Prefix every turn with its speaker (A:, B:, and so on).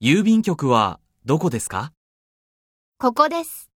A: 郵便局はどこですか
B: ここです。